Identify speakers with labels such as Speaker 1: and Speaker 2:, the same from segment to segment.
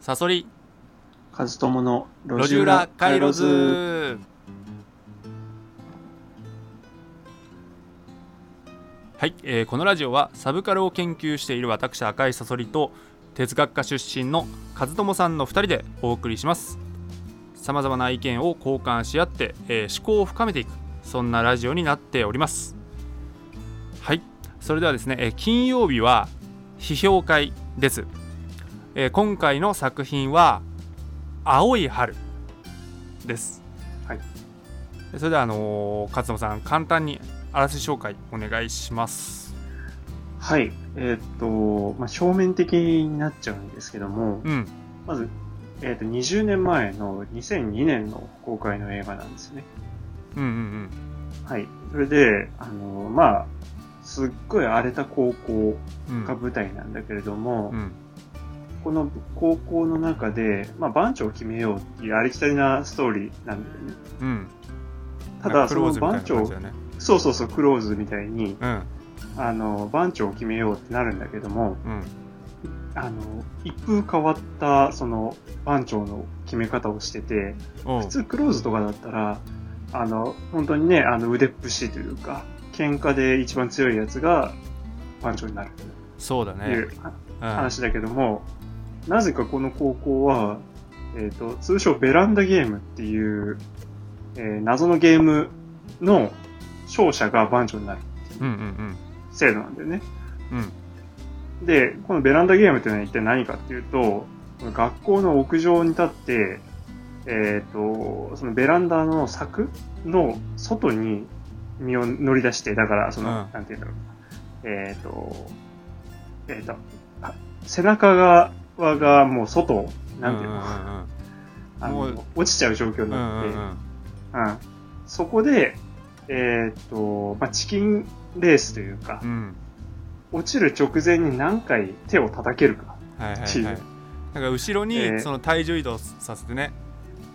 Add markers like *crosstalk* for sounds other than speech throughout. Speaker 1: サソリ
Speaker 2: カズトモの
Speaker 1: 路地裏カイロズはい、えーこのラジオはサブカルを研究している私赤井さそりと哲学科出身の和友さんの2人でお送りしますさまざまな意見を交換し合って、えー思考を深めていくそんなラジオになっておりますはいそれではですね、えー金曜日は批評会です、えー今回の作品は「青い春」です
Speaker 2: はい
Speaker 1: それではあのー、勝野さん簡単にあらすじ紹介お願いします
Speaker 2: はいえーっと、まあ、正面的になっちゃうんですけども
Speaker 1: うん
Speaker 2: まず、えーっと20年前の2002年の公開の映画なんですよね
Speaker 1: うんうん
Speaker 2: はいそれであのまあすっごい荒れた高校
Speaker 1: うんうん
Speaker 2: が舞台なんだけれども、
Speaker 1: うん
Speaker 2: この高校の中で、まあ、番長を決めようっていうありきたりなストーリーなんだよね
Speaker 1: うん
Speaker 2: た
Speaker 1: なんか
Speaker 2: だその番
Speaker 1: クローズみたいな
Speaker 2: 長
Speaker 1: 感じだよね
Speaker 2: そうそうそうクローズみたいに
Speaker 1: うん
Speaker 2: あの番長を決めようってなるんだけども
Speaker 1: うん
Speaker 2: あの一風変わったその番長の決め方をしてて
Speaker 1: おう
Speaker 2: 普通クローズとかだったらあの本当にねあの腕っぷしというか喧嘩で一番強いやつが番長になるっ
Speaker 1: そうだ
Speaker 2: てい
Speaker 1: ね
Speaker 2: う
Speaker 1: うん
Speaker 2: 話だけども、なぜかこの高校は、えー、と通称ベランダゲームっていう、えー謎のゲームの勝者が番長になる
Speaker 1: うんうん
Speaker 2: 制度なんだよね。
Speaker 1: うんうん
Speaker 2: で、このベランダゲームっていうのは一体何かっていうと、この学校の屋上に立って、えっ、と、そのベランダの柵の外に身を乗り出して、だから、その、
Speaker 1: うん
Speaker 2: なんていうんだろう。えっ、と、えっ、と、あ背中側がもう外、なんていうの、
Speaker 1: うん
Speaker 2: あ
Speaker 1: もう
Speaker 2: の落ちちゃう状況
Speaker 1: うんうん
Speaker 2: になって、
Speaker 1: うんうん
Speaker 2: うんそこで、えっ、と、まあ、チキンレースというか、
Speaker 1: うん
Speaker 2: 落ちる直前に何回手を叩けるか。
Speaker 1: はいはい
Speaker 2: っていう
Speaker 1: はいなんか後ろ
Speaker 2: え
Speaker 1: に
Speaker 2: ー
Speaker 1: その体重移動させてね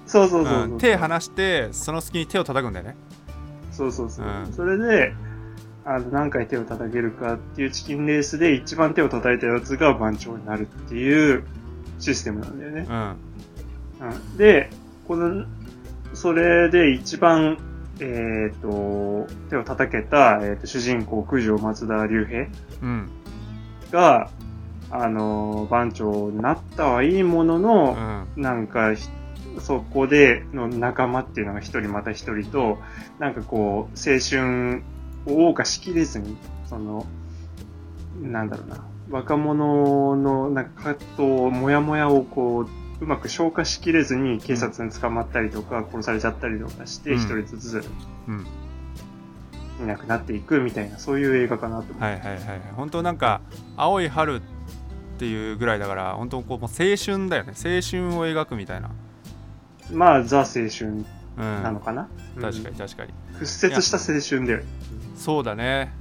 Speaker 2: そうそうそうそう、
Speaker 1: うん手離してその隙に手を叩くんだよね
Speaker 2: そうそうそう、
Speaker 1: うん
Speaker 2: それであの何回手を叩けるかっていうチキンレースで一番手を叩いたやつが番長になるっていうシステムなんだよね
Speaker 1: う、ん
Speaker 2: うん、でこのそれで一番えっ、と手を叩けた、えー、と主人公九条松田龍平
Speaker 1: うん
Speaker 2: があの番長になったはいいもの
Speaker 1: う
Speaker 2: の、
Speaker 1: ん
Speaker 2: なんかひそこでの仲間っていうのが一人また一人となんかこう青春を謳歌しきれずにそのなんだろうな若者のなんか葛藤モヤモヤをこううまく消化しきれずに警察に捕まったりとか殺されちゃったりとかして
Speaker 1: うん
Speaker 2: 一人ずつ
Speaker 1: うん
Speaker 2: いなくなっていくみたいなそういう映画かなと思う、
Speaker 1: はいはいはいはい本当なんか「青い春」っていうぐらいだから本当こうもう青春だよね青春を描くみたいな、
Speaker 2: まあザ青春
Speaker 1: う
Speaker 2: なの
Speaker 1: ん、
Speaker 2: かな、
Speaker 1: 確か
Speaker 2: うん
Speaker 1: に確かに
Speaker 2: 屈折した青春だよね
Speaker 1: そうだね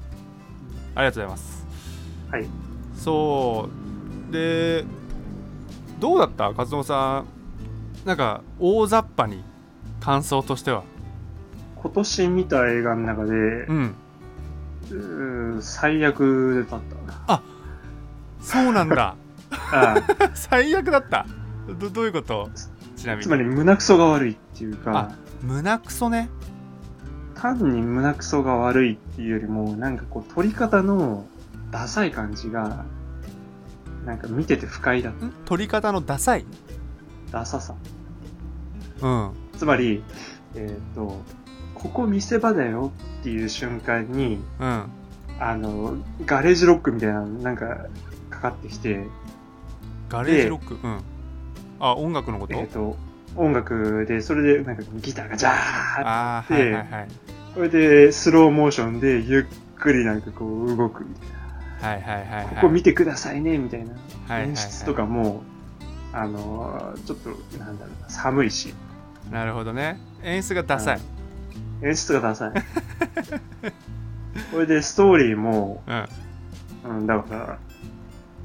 Speaker 1: ありがとうございます
Speaker 2: はい
Speaker 1: そうでどうだった勝野さんなんか大雑把に感想としては
Speaker 2: 今年見た映画の中で、
Speaker 1: うん
Speaker 2: うーん最悪だったな
Speaker 1: そうなん
Speaker 2: *laughs*
Speaker 1: だ
Speaker 2: ああ。
Speaker 1: 最悪だったどどういうことちなみ
Speaker 2: つま
Speaker 1: に
Speaker 2: り胸くそが悪いっていうか
Speaker 1: あ、胸クソね
Speaker 2: 単に胸くそが悪いっていうよりも、なんかこう、撮り方のダサい感じが、なんか見てて不快だっ
Speaker 1: ん取り方のダサい
Speaker 2: た。ダサさ。
Speaker 1: うん
Speaker 2: つまり、えっ、と、ここ見せ場だよっていう瞬間に、
Speaker 1: うん
Speaker 2: あの、ガレージロックみたいなのなんかかかってきて、
Speaker 1: ガレージロック、うん。あ、音楽のこと、
Speaker 2: えっ、と、音楽で、それでなんかギターがジャーって
Speaker 1: あー、は
Speaker 2: で
Speaker 1: いはいはい。
Speaker 2: それで、スローモーションでゆっくりなんかこう動くみた
Speaker 1: は
Speaker 2: い
Speaker 1: いはいはい、はい。
Speaker 2: な。ここ見てくださいね、みたい
Speaker 1: は
Speaker 2: な。
Speaker 1: いはいはい
Speaker 2: 演出とかも、あのー、ちょっと、なんだろうな、寒いし。
Speaker 1: なるほどね。演出がダサい。
Speaker 2: 演出が
Speaker 1: *laughs*
Speaker 2: ダサい。これで、ストーリーも、
Speaker 1: うん。うん。
Speaker 2: うん、だから、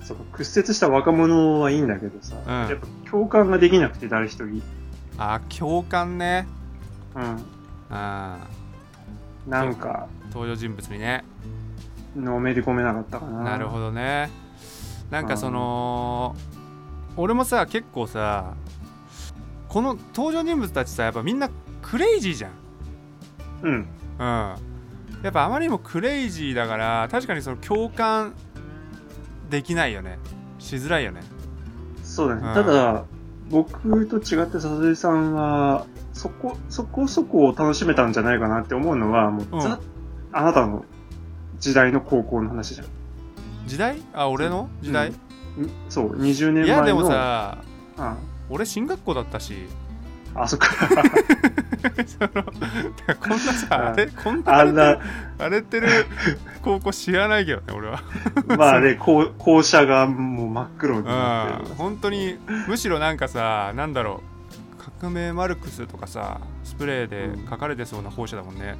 Speaker 2: そうか屈折した若者はいいんだけどさ、
Speaker 1: ん
Speaker 2: やっぱ共感ができなくて、誰一人。
Speaker 1: あー、共感ね。
Speaker 2: うん。
Speaker 1: あ
Speaker 2: なんか、
Speaker 1: ー、登場人物にね。
Speaker 2: のめり込めなかったかな。
Speaker 1: なるほどね。なんかその、俺もさ結構さこの登場人物たちさやっぱみんなクレイジーじゃん
Speaker 2: うん。
Speaker 1: うん、やっぱあまりにもクレイジーだから確かにその共感できないよねしづらいよね
Speaker 2: そうだね。
Speaker 1: うん
Speaker 2: ただ、僕と違って佐々木さんは、そこ、そこそこを楽しめたんじゃないかなって思うのは、もう、
Speaker 1: うん
Speaker 2: ザ、あなたの時代の高校の話じゃん。
Speaker 1: 時代あ俺の時代、
Speaker 2: うんそう、20年前の。
Speaker 1: いやでもさ
Speaker 2: うん、
Speaker 1: 俺進学校だったし *laughs*
Speaker 2: あ、そっか。 *laughs*
Speaker 1: そのだからこんな
Speaker 2: うん
Speaker 1: さあれこんな
Speaker 2: あ
Speaker 1: 荒れ
Speaker 2: ん
Speaker 1: てる
Speaker 2: な、
Speaker 1: 荒れてる高校知らないけどね俺は
Speaker 2: まあね、こう校舎がもう真っ黒になって
Speaker 1: う
Speaker 2: る
Speaker 1: ん。本当にむしろなんかさなんだろう革命マルクスとかさスプレーで書かれてそうな校舎だもんね、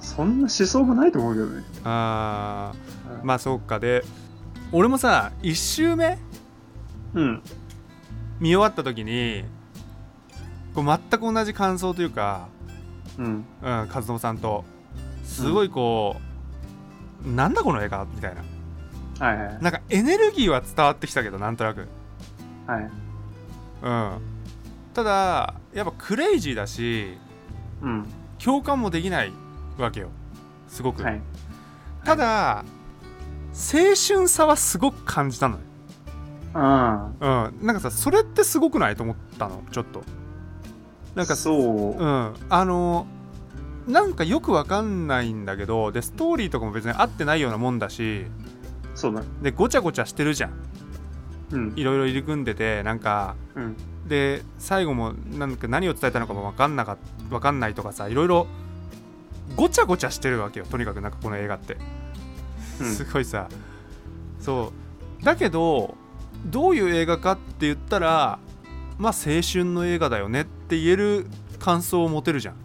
Speaker 2: そんな思想もないと思うけどね。
Speaker 1: あーまあそうかで俺もさ1周目
Speaker 2: うん。
Speaker 1: 見終わった時にこう全く同じ感想というか、
Speaker 2: うん。
Speaker 1: うん、和友さんとすごいこう、なんだこの映画みたいな
Speaker 2: はいはい。
Speaker 1: なんかエネルギーは伝わってきたけどなんとなく、
Speaker 2: はい。
Speaker 1: うん、ただやっぱクレイジーだし
Speaker 2: うん。
Speaker 1: 共感もできないわけよすごく、
Speaker 2: はい。
Speaker 1: ただ青春さはすごく感じたのよ
Speaker 2: あ
Speaker 1: うん、なんかさそれってすごくないと思ったのちょっと
Speaker 2: あ。
Speaker 1: なんか
Speaker 2: そう。
Speaker 1: うんあのなんかよくわかんないんだけどでストーリーとかも別に合ってないようなもんだし
Speaker 2: そうだ。
Speaker 1: でごちゃごちゃしてるじゃん
Speaker 2: うん。
Speaker 1: いろいろ入り組んでてなんか
Speaker 2: うん。
Speaker 1: で最後もなんか何を伝えたのかもわかんなかわかんないとかさいろいろごちゃごちゃしてるわけよとにかくなんかこの映画って、
Speaker 2: うん
Speaker 1: すごいさそうだけどどういう映画かって言ったらまあ青春の映画だよねって言える感想を持てるじゃん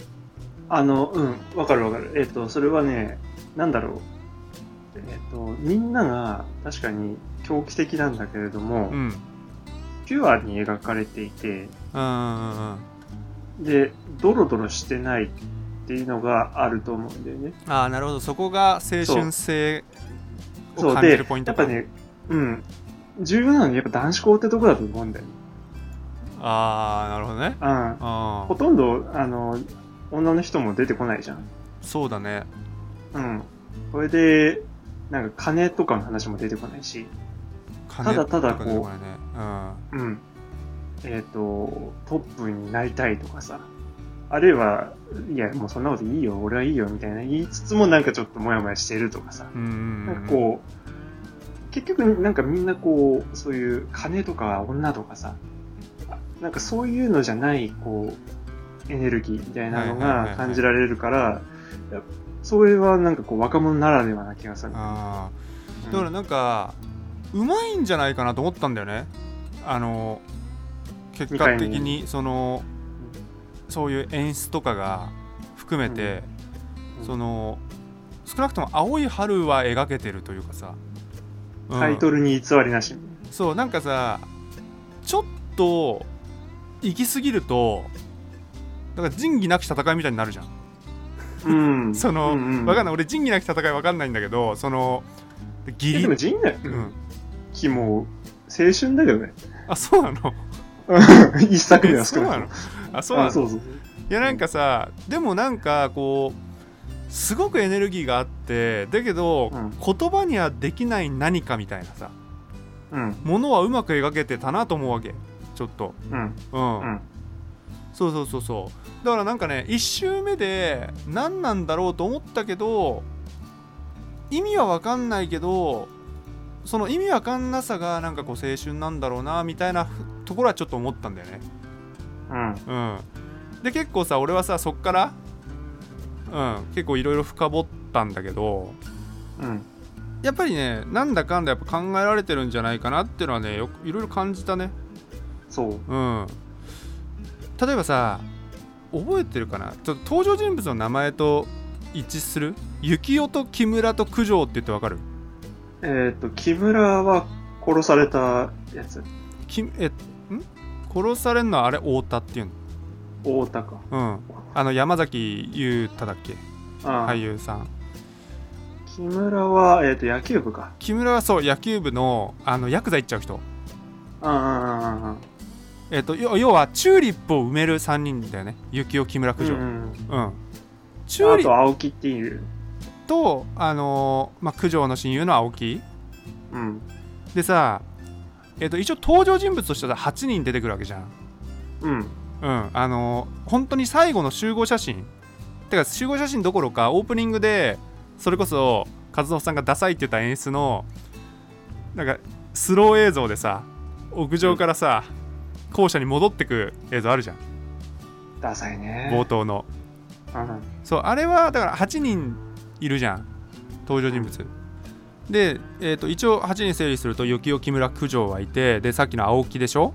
Speaker 2: あの、うん、わかるわかる。えっ、と、それはね、なんだろう。えっ、と、みんなが確かに狂気的なんだけれども、
Speaker 1: うんうん
Speaker 2: ピュアに描かれていて、
Speaker 1: うんうん
Speaker 2: で、ドロドロしてないっていうのがあると思うんだよね。
Speaker 1: ああなるほどそこが青春性を
Speaker 2: そう
Speaker 1: 感じ
Speaker 2: で
Speaker 1: るポイン、
Speaker 2: や
Speaker 1: ト
Speaker 2: っぱね、うん、重要なのにやっぱ男子校ってとこだと思うんだよね。
Speaker 1: ああなるほどね
Speaker 2: うん。
Speaker 1: あ
Speaker 2: ほ
Speaker 1: あ
Speaker 2: とんど、あの、女の人も出てこないじゃん。
Speaker 1: そうだね
Speaker 2: うん。これで、なんか金とかの話も出てこないし、
Speaker 1: 金
Speaker 2: ただただ
Speaker 1: とか
Speaker 2: こう
Speaker 1: ねこれねうん
Speaker 2: うん。えっ、と、トップになりたいとかさ。あるいは、いや、もうそんなこといいよ、俺はいいよ、みたいな言いつつもなんかちょっとモヤモヤしてるとかさ。
Speaker 1: な
Speaker 2: なんかこう、結局なんかみんなこう、そういう金とか女とかさ、あなんかそういうのじゃない、こう、エネルギーみたいな
Speaker 1: はい
Speaker 2: の
Speaker 1: はいはいは
Speaker 2: が
Speaker 1: い
Speaker 2: 感じられるから、いやそれはなんかこう、若者ならではな気がする。
Speaker 1: あ
Speaker 2: う
Speaker 1: ー
Speaker 2: ん
Speaker 1: だからなんかうまいんじゃないかなと思ったんだよねあの結果的
Speaker 2: みたい
Speaker 1: にそのそういう演出とかが含めて、
Speaker 2: うんうん
Speaker 1: その少なくとも「青い春」は描けてるというかさ、うん
Speaker 2: タイトルに偽りなし。
Speaker 1: そうなんかさちょっと行き過ぎるとだから仁義なき戦いみたいになるじゃん
Speaker 2: うん。
Speaker 1: その、
Speaker 2: うんうん
Speaker 1: わかんない俺仁義なき戦いわかんないんだけどその義
Speaker 2: え
Speaker 1: 理
Speaker 2: でも陣内
Speaker 1: うん、
Speaker 2: 期も青春だけどね。
Speaker 1: あそうなの
Speaker 2: 一作目は
Speaker 1: え
Speaker 2: 少
Speaker 1: そうな
Speaker 2: な
Speaker 1: の
Speaker 2: い。
Speaker 1: あそうな
Speaker 2: あ
Speaker 1: の
Speaker 2: そうそう。
Speaker 1: いやなんかさでもなんかこうすごくエネルギーがあってだけど、
Speaker 2: うん
Speaker 1: 言葉にはできない何かみたいなさ
Speaker 2: うん。
Speaker 1: ものはうまく描けてたなと思うわけちょっと
Speaker 2: うん。
Speaker 1: うん、
Speaker 2: うん。
Speaker 1: そうそうそうそうだからなんかね1周目で何なんだろうと思ったけど意味は分かんないけどその意味わかんなさがなんかこう青春なんだろうなみたいなところはちょっと思ったんだよね
Speaker 2: うん。
Speaker 1: うん、で結構さ俺はさそっから、うん、結構いろいろ深掘ったんだけど
Speaker 2: うん。
Speaker 1: やっぱりねなんだかんだやっぱ考えられてるんじゃないかなっていうのはねよくいろいろ感じたね
Speaker 2: そう。
Speaker 1: うん例えばさ覚えてるかなちょっと登場人物の名前と一致する幸男と木村と九条って言ってわかる
Speaker 2: えっと、木村は殺されたやつ。
Speaker 1: きえん殺されるのはあれ太田っていう
Speaker 2: 太田か。
Speaker 1: のうんあの山崎裕太だっけ
Speaker 2: ああ
Speaker 1: 俳優さん
Speaker 2: 木村は、えっと、野球部か。
Speaker 1: 木村はそう野球部のあのヤクザ行っちゃう人
Speaker 2: ああ
Speaker 1: えっと要要はチューリップを埋める3人だよね幸男木村
Speaker 2: あ、う
Speaker 1: 九条、うん
Speaker 2: ん、
Speaker 1: チュー
Speaker 2: あ
Speaker 1: リッ
Speaker 2: と
Speaker 1: プ
Speaker 2: 青木っていう。
Speaker 1: とあのーまあ、九条の親友の青木
Speaker 2: うん。
Speaker 1: でさ、えっと一応登場人物としては8人出てくるわけじゃん
Speaker 2: うん。
Speaker 1: うん、あのー本当に最後の集合写真てか集合写真どころかオープニングでそれこそ和夫さんがダサいって言った演出のなんかスロー映像でさ屋上からさ、校舎に戻ってく映像あるじゃん
Speaker 2: ダサいね。
Speaker 1: 冒頭の
Speaker 2: うん。
Speaker 1: そうあれはだから8人いるじゃん登場人物で、えー、と一応8人整理すると幸代木村九条はいてでさっきの青木でしょ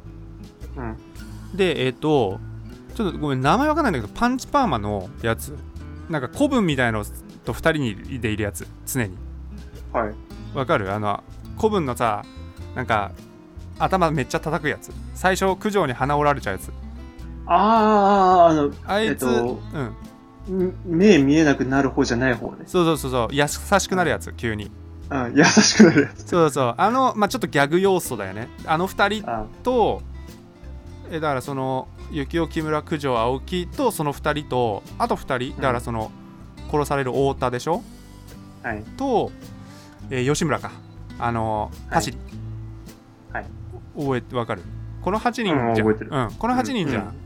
Speaker 2: うん。
Speaker 1: でえっ、とちょっとごめん名前わかんないんだけどパンチパーマのやつなんか古文みたいのと2人でいるやつ常に
Speaker 2: はい。
Speaker 1: わかるあの古文のさなんか頭めっちゃ叩くやつ最初九条に鼻折られちゃうやつ
Speaker 2: ああ、あの、
Speaker 1: あいつ、
Speaker 2: えっと
Speaker 1: うん
Speaker 2: ん目見えなくなる方じゃない方ね。
Speaker 1: そうそうそうそう優しくなるやつ急に
Speaker 2: うん。優しくなるやつ。
Speaker 1: そうそうあのまあちょっとギャグ要素だよねあの2人
Speaker 2: あ
Speaker 1: とえだからその幸男木村九条青木とその2人とあと2人だからその、殺される太田でしょ
Speaker 2: はい。
Speaker 1: と、えー吉村かあのー
Speaker 2: はい
Speaker 1: 走り、
Speaker 2: はい
Speaker 1: 覚えてわかるこの8人じゃん、
Speaker 2: うん覚えてる
Speaker 1: うんこの8人じゃん、
Speaker 2: うんうん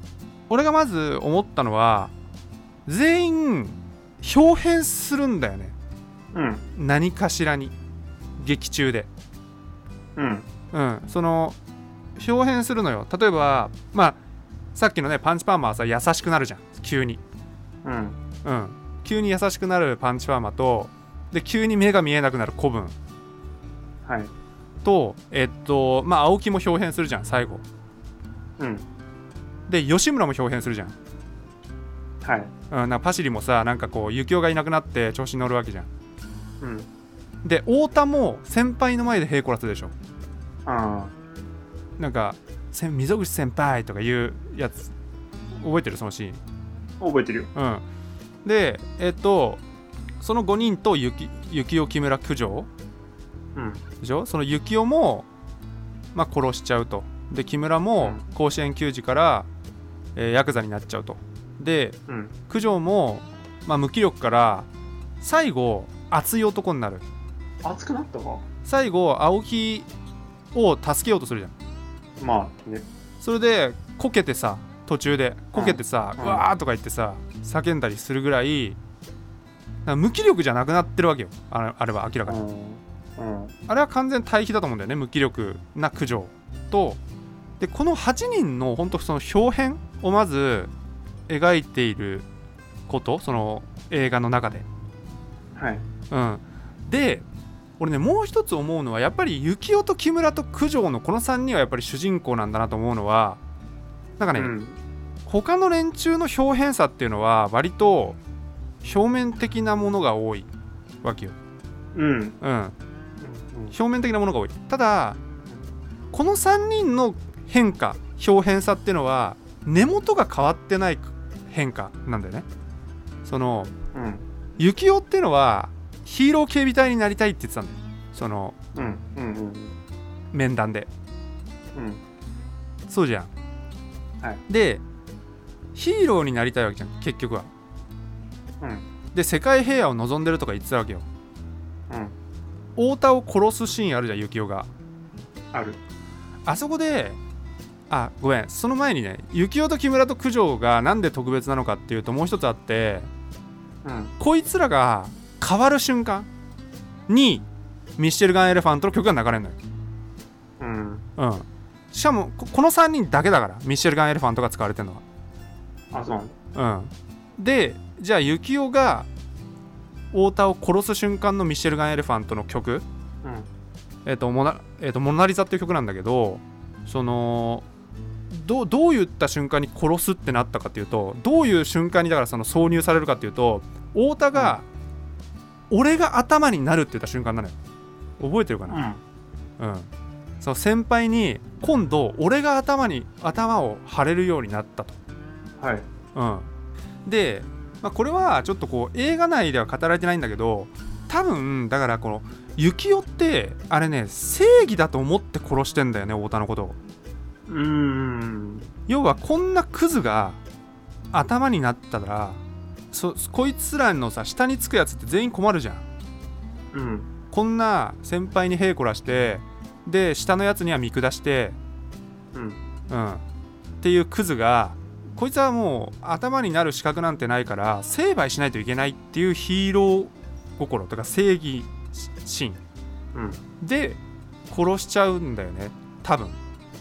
Speaker 1: 俺がまず思ったのは全員表変するんだよね
Speaker 2: うん。
Speaker 1: 何かしらに劇中で
Speaker 2: うん。
Speaker 1: うんその表変するのよ例えばまあさっきのねパンチパーマはさ優しくなるじゃん急に
Speaker 2: うん。
Speaker 1: うん急に優しくなるパンチパーマとで急に目が見えなくなる古文
Speaker 2: はい。
Speaker 1: と、えっと、まあ、青木も表変するじゃん、最後。
Speaker 2: うん。
Speaker 1: で、吉村も表変するじゃん。うん
Speaker 2: はい。
Speaker 1: なんかパシリもさ、なんかこう、幸男がいなくなって調子に乗るわけじゃん。
Speaker 2: うん。
Speaker 1: で、太田も先輩の前で平行らすでしょ。
Speaker 2: あ
Speaker 1: なんか、せん溝口先輩とかいうやつ、覚えてるそのシ
Speaker 2: あ。覚えてるよ。
Speaker 1: ーン。うん。で、えっと、その5人と幸幸男木村九条
Speaker 2: うん。
Speaker 1: でしょその幸男も、まあ、殺しちゃうとで木村も甲子園球児から、えーヤクザになっちゃうとで
Speaker 2: うん。
Speaker 1: 九条も、まあ、無気力から最後熱い男になる
Speaker 2: 熱くなったか
Speaker 1: 最後青木を助けようとするじゃん
Speaker 2: まあ、ね。
Speaker 1: それでこけてさ途中でこけてさ、
Speaker 2: う
Speaker 1: うんわーとか言ってさ叫んだりするぐらいなんか無気力じゃなくなってるわけよあれあれは明らか
Speaker 2: う
Speaker 1: に、
Speaker 2: ん。うん。
Speaker 1: あれは完全対比だと思うんだよね無気力な九条とでこの8人の本当その表変をまず描いていることその映画の中で
Speaker 2: はい。
Speaker 1: うん、で俺ねもう一つ思うのはやっぱり幸男と木村と九条のこの3人はやっぱり主人公なんだなと思うのはなんかね、
Speaker 2: うん。
Speaker 1: 他の連中の表変さっていうのは割と表面的なものが多いわけよ、
Speaker 2: うん。
Speaker 1: うん、
Speaker 2: うん
Speaker 1: 表面的なものが多いただこの3人の変化表変さっていうのは根元が変わってない変化なんだよねその
Speaker 2: うん。
Speaker 1: 幸男っていうのはヒーロー警備隊になりたいって言ってたんだよその
Speaker 2: うん。うん。うん。
Speaker 1: 面談で
Speaker 2: うん。
Speaker 1: そうじゃん、
Speaker 2: はい
Speaker 1: でヒーローになりたいわけじゃん結局は
Speaker 2: うん。
Speaker 1: で世界平和を望んでるとか言ってたわけよ
Speaker 2: うん。
Speaker 1: 太田を殺すシーンあるじゃん幸男が
Speaker 2: ある。
Speaker 1: あそこであごめんその前にね幸男と木村と九条がなんで特別なのかっていうともう一つあって
Speaker 2: うん。
Speaker 1: こいつらが変わる瞬間にミシェルガン・エレファントの曲が流れるのよ
Speaker 2: うん。
Speaker 1: うんしかもここの3人だけだからミシェルガン・エレファントが使われてるのは
Speaker 2: あ、そうなんだ。
Speaker 1: うん、でじゃあ幸男が太田を殺す瞬間のミシェルガン・エレファントの曲「えっとモナえっとモナ・リザ」っていう曲なんだけどそのどどういった瞬間に殺すってなったかっていうとどういう瞬間にだからその挿入されるかっていうと太田が、俺が頭になるって言った瞬間なのよ覚えてるか
Speaker 2: うん。
Speaker 1: な、
Speaker 2: う
Speaker 1: う
Speaker 2: ん。
Speaker 1: ん、その先輩に今度俺が頭に頭を腫れるようになったと。
Speaker 2: はい。
Speaker 1: うん、で、まあ、これはちょっとこう映画内では語られてないんだけど多分だからこの幸男ってあれね正義だと思って殺してんだよね太田のことを
Speaker 2: うーん。
Speaker 1: 要はこんなクズが頭になったらそこいつらのさ下につくやつって全員困るじゃん
Speaker 2: うん。
Speaker 1: こんな先輩にへこらしてで下のやつには見下して
Speaker 2: うん。
Speaker 1: うんっていうクズがこいつはもう頭になる資格なんてないから成敗しないといけないっていうヒーロー心とか正義心
Speaker 2: うん。
Speaker 1: で殺しちゃうんだよね多分